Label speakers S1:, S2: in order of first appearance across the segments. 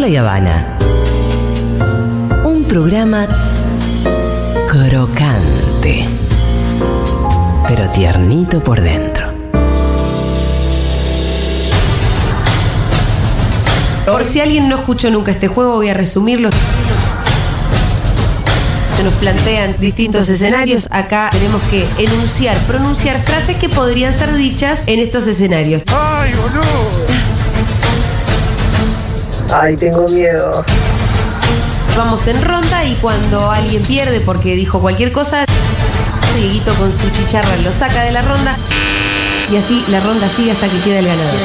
S1: Radio Habana. Un programa crocante, pero tiernito por dentro. Por si alguien no escuchó nunca este juego, voy a resumirlo. Se nos plantean distintos escenarios. Acá tenemos que enunciar, pronunciar frases que podrían ser dichas en estos escenarios.
S2: ¡Ay, boludo!
S3: Ay, tengo miedo.
S1: Vamos en ronda y cuando alguien pierde porque dijo cualquier cosa, Dieguito con su chicharra lo saca de la ronda y así la ronda sigue hasta que queda el ganador.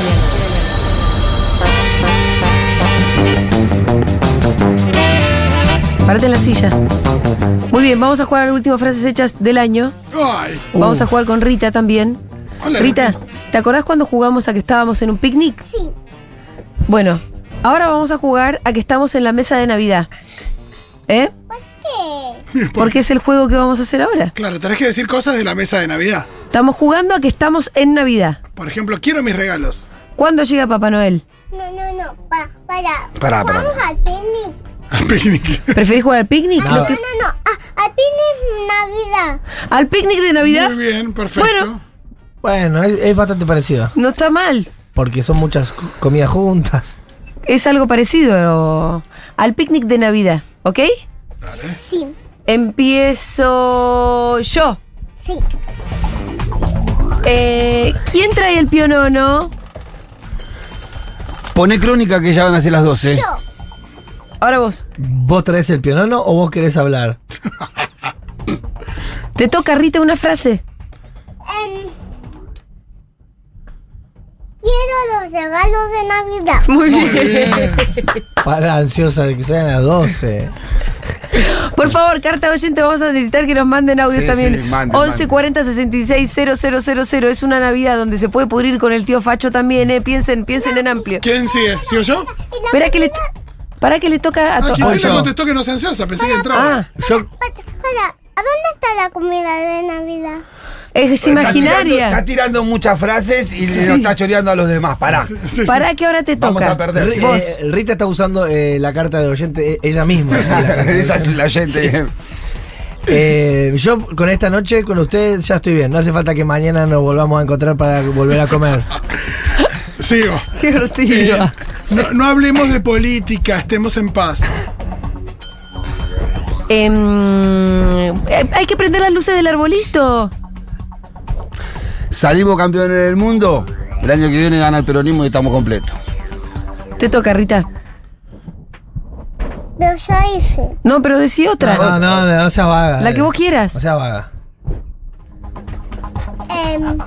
S1: Parte en la silla. Muy bien, vamos a jugar a las últimas frases hechas del año.
S2: ¡Ay!
S1: Vamos a jugar con Rita también.
S2: Uh. Hola,
S1: Rita, ¿te acordás cuando jugamos a que estábamos en un picnic? Sí. Bueno, ahora vamos a jugar a que estamos en la mesa de Navidad. ¿Eh? Porque es el juego que vamos a hacer ahora.
S2: Claro, tenés que decir cosas de la mesa de Navidad.
S1: Estamos jugando a que estamos en Navidad.
S2: Por ejemplo, quiero mis regalos.
S1: ¿Cuándo llega Papá Noel?
S4: No, no, no, pa- para.
S2: Pará, pará.
S4: Vamos al picnic.
S2: Picnic.
S1: ¿Preferís jugar al picnic? Lo
S4: No,
S1: que-
S4: no, no, a- al picnic Navidad.
S1: ¿Al picnic de Navidad?
S2: Muy bien, perfecto.
S1: Bueno.
S5: Bueno, es, es bastante parecido.
S1: No está mal.
S5: Porque son muchas co- comidas juntas.
S1: Es algo parecido al picnic de Navidad, ¿ok?
S2: Dale.
S4: Sí,
S1: Empiezo yo.
S4: sí.
S1: Eh, ¿Quién trae el pionono?
S6: Poné crónica que ya van a ser las 12.
S4: Yo,
S1: Ahora vos.
S5: ¿Vos traes el pionono o vos querés hablar?
S1: Te toca, Rita, una frase.
S4: em, quiero los regalos de Navidad.
S1: Muy bien.
S5: Para ansiosa de que sean las 12.
S1: Por favor, carta oyente, vamos a necesitar que nos manden audios
S6: Sí,
S1: también.
S6: sí, manden,
S1: 11 40 66 000. Es una Navidad donde se puede pudrir con el tío Facho también, ¿eh? Piensen, piensen en amplio.
S2: ¿Quién sigue? ¿Sigo yo?
S1: Espera que le. ¿Para que le toca a
S2: Ah,
S1: to-
S2: Quintana
S5: Oye, yo.
S2: contestó que no es ansiosa, pensé que entraba.
S1: Ah,
S5: Yo,
S4: Para, para, ¿a dónde está la comida de Navidad?
S1: es
S6: Está tirando, está
S1: imaginaria.
S6: tirando muchas frases y se lo está choreando a los demás. Pará.
S2: Sí, sí, sí.
S1: ¿Para que ahora te toca?
S6: Vamos a perder.
S5: Ri-
S1: Vos.
S5: eh, Rita está usando eh, la carta de oyente eh, ella misma.
S6: Esa es la gente.
S5: Eh, yo con esta noche, con ustedes, ya estoy bien. No hace falta que mañana nos volvamos a encontrar para volver a comer.
S2: Sigo.
S1: Qué divertido.
S2: No, no hablemos de política, estemos en paz.
S1: Em, eh, hay que prender las luces del arbolito.
S6: Salimos campeones del mundo. El año que viene gana el peronismo y estamos completos.
S1: Te toca, Rita.
S4: Pero ya hice.
S1: No, pero decí otra.
S5: No, no, no, no seas vaga.
S1: La que vos quieras.
S5: No seas vaga.
S4: Em,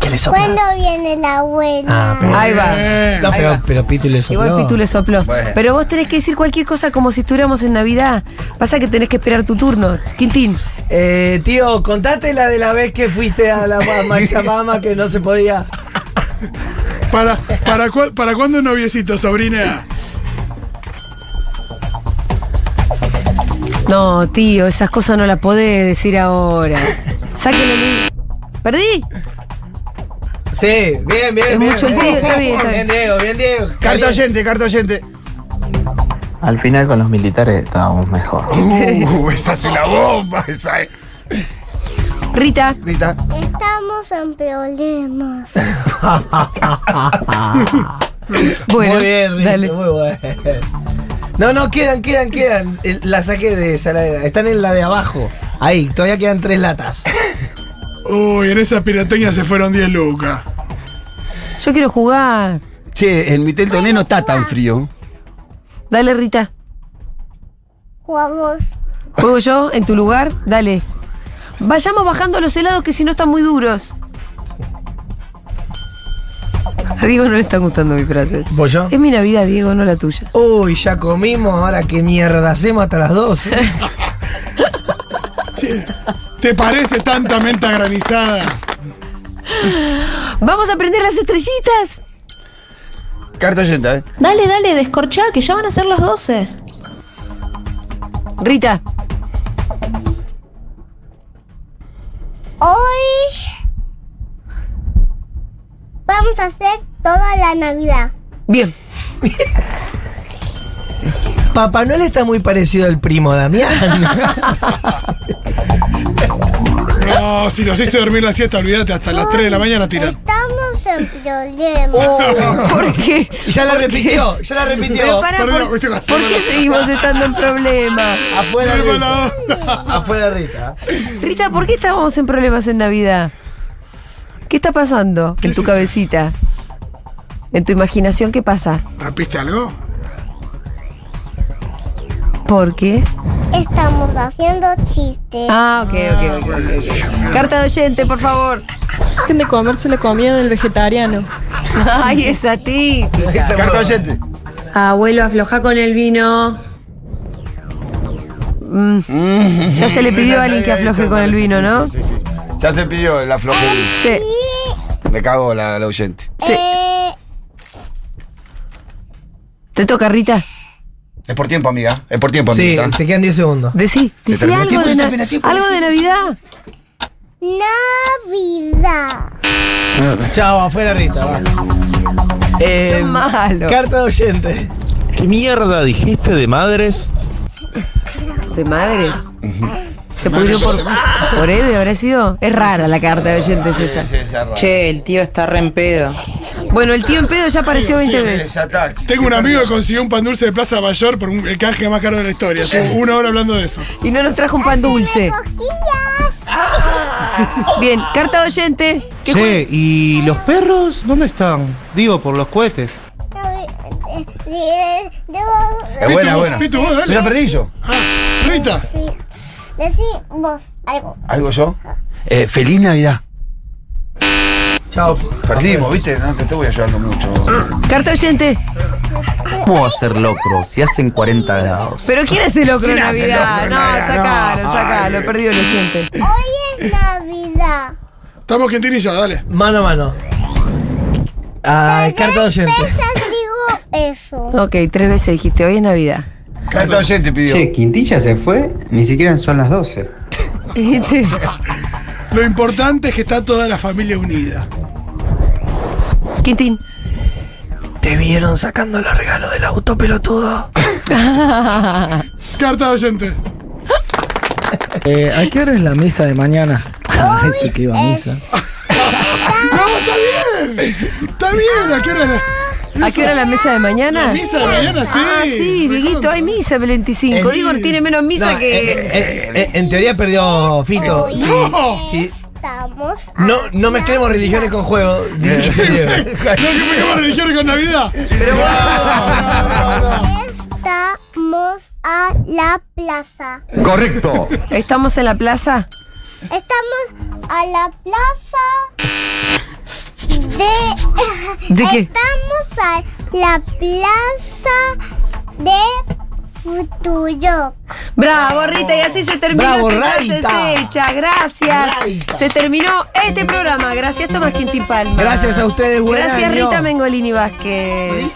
S5: ¿Qué le sopla?
S4: ¿Cuándo viene la abuela?
S5: Ah, pero,
S1: Ahí va.
S2: Bien.
S5: no,
S1: ahí
S5: pero,
S1: va.
S5: pero Pitu le sopló.
S1: Igual Pitu le sopló.
S6: Bueno.
S1: Pero vos tenés que decir cualquier cosa como si estuviéramos en Navidad. Pasa que tenés que esperar tu turno. Quintín.
S5: Eh, tío, contate la de la vez que fuiste a la Machamama que no se podía.
S2: ¿Para, para, cua- ¿Para cuándo un noviecito, sobrina?
S1: No, tío, esas cosas no las podés decir ahora. Sáquenlo. Luis. ¿Perdí?
S5: Sí, bien, bien.
S1: Es
S5: bien,
S1: mucho el
S5: bien.
S1: tío, está bien, está bien.
S5: Bien, Diego, bien, Diego.
S6: Carta
S5: Bien.
S6: oyente, carta oyente.
S7: Al final con los militares estábamos mejor.
S6: Uh, esa es una bomba. Esa es.
S1: Rita,
S6: Rita.
S4: Estamos en problemas.
S1: bueno.
S5: muy bien, Rita,
S1: dale.
S5: muy bueno. No, no, quedan, quedan, quedan. El- La saqué de esa. la de- están en la de abajo. Ahí, todavía quedan tres latas.
S2: Uy, en esa pirateña se fueron 10 lucas.
S1: Yo quiero jugar.
S6: Che, en mi teltoné no está tan frío.
S1: Dale, Rita.
S4: Jugamos.
S1: Juego yo en tu lugar. Dale. Vayamos bajando los helados que si no están muy duros. A Diego no le están gustando mi frase.
S5: ¿Voy yo?
S1: Es mi Navidad, Diego, no la tuya.
S5: Uy, ya comimos, ahora qué mierda hacemos hasta las 12.
S2: ¿Te parece tanta menta granizada?
S1: Vamos a prender las estrellitas.
S6: Carta oyente, ¿eh?
S8: Dale, dale, descorchá, que ya van a ser las 12.
S1: Rita,
S4: Hoy vamos a hacer toda la Navidad.
S1: bien.
S5: Papá Noel está muy parecido al primo Damián.
S2: No, si nos hizo dormir la siesta, olvídate, hasta las 3 de la mañana tiras.
S4: Estamos en problemas.
S5: Oh,
S1: ¿Por qué?
S5: ya la repitió, ya la repitió.
S1: Pero para,
S2: Perdón,
S1: ¿por,
S2: viste la-
S1: por qué seguimos estando en problemas?
S5: Afuera
S2: Qué mala
S5: Rita.
S2: onda.
S5: Afuera Rita.
S1: Rita, ¿por qué estábamos en problemas en Navidad? ¿Qué está pasando en tu cabecita? En tu imaginación, ¿qué pasa?
S2: ¿Rapiste algo?
S1: ¿Por qué?
S4: Estamos haciendo chistes.
S1: Ah, ok, ok, ok. Carta de oyente, por favor.
S9: Dejen de comerse la comida del vegetariano.
S1: Ay, es a ti.
S6: Carta oyente.
S9: Abuelo, afloja con el vino.
S1: Mm, ya se le pidió a alguien que afloje con el vino, ¿no?
S6: Sí, sí, sí. Ya se pidió la flojería.
S1: Sí.
S6: Me cago la, la oyente.
S1: sí.
S4: Eh,
S1: Te toca, Rita.
S6: Es por tiempo, amiga. Es por tiempo,
S5: Sí,
S6: amiga.
S5: te quedan 10 segundos.
S1: Decí,
S6: Se
S1: decí
S6: terminó el
S1: algo,
S6: tiempo,
S1: de,
S6: se
S1: na-
S6: terminó el tiempo,
S1: algo
S6: decí.
S1: de Navidad.
S4: Navidad.
S5: Chao, afuera Rita. va. Eh,
S1: Son malos.
S5: Carta de oyente.
S7: ¿Qué mierda dijiste de madres?
S1: De madres. Se pudrió por. Por Eve habrá sido. Es rara la carta de oyentes esa.
S6: Sí, sí, cerrado.
S9: Che, el tío está re en pedo.
S1: Bueno, el tío en pedo ya apareció 20 veces.
S6: Ya está.
S2: Tengo un amigo que consiguió un pan dulce de Plaza Mayor por un- el canje más caro de la historia. Estuvo una hora hablando de eso.
S1: Y no nos trajo un pan dulce.
S4: Cosquillas.
S1: Bien, carta de oyente. ¿Qué jue-
S7: ¿y los perros dónde están? Digo, por los cohetes.
S4: Navi- eh, eh, Debo
S6: Es buena,
S2: Pitu,
S6: buena.
S2: Pitu, vos
S6: ¿Me la
S2: dale.
S6: perdí yo?
S2: Ah, Rita.
S4: decir, decir vos algo.
S6: ¿Algo yo? Eh, feliz Navidad. Ah,
S5: Chao.
S6: Perdimos, ¿viste? No, te estoy ayudando mucho.
S1: Carta de oyente.
S7: ¿Cómo va a ser locro si hacen 40 grados?
S1: ¿Pero quién es el locro en
S6: ¿Quién hace el
S1: Navidad?
S6: locro en
S1: no,
S6: Navidad?
S1: sacalo,
S6: No,
S1: sacalo.
S6: ay.
S1: Perdió el oyente.
S4: Hoy es Navidad.
S2: Estamos Quintín y yo, dale.
S5: Mano a mano. Ah, carta de oyente.
S4: Esas digo eso.
S1: Ok, tres veces dijiste, hoy es Navidad.
S6: Carta oyente pidió.
S7: Che, Quintilla se fue, ni siquiera son las 12.
S1: Este,
S2: Lo importante es que está toda la familia unida.
S1: Quintín.
S5: Te vieron sacando los regalos del auto, pelotudo.
S2: Carta de oyente.
S10: Eh, ¿A qué hora es la misa de mañana? Ese que iba a misa.
S2: Está bien, ¿a qué hora es la-
S1: ¿A qué hora la mesa de mañana?
S2: la misa de mañana? Sí.
S1: Ah, sí, Dieguito, hay misa el 25.
S5: Eh,
S1: Diego tiene menos misa
S5: No,
S1: que.
S5: eh, eh, eh, en teoría perdió Fito. Sí,
S2: No.
S5: sí.
S4: Estamos.
S5: No, no mezclemos religiones con juego.
S10: Eh,
S2: No, que me llaman religiones con Navidad. Pero
S4: Estamos a la plaza.
S1: Estamos en la plaza.
S4: Estamos a la plaza de.
S1: ¿De qué?
S4: Estamos a la plaza de Futuro.
S1: Bravo, Rita, y así se terminó
S5: Bravo,
S1: este clase
S5: Rita.
S1: hecha. Gracias.
S5: Rita.
S1: Se terminó este programa. Gracias, Tomás Quintín Palma.
S5: Gracias a ustedes, buen
S1: Gracias,
S5: año.
S1: Rita Mengolini Vázquez.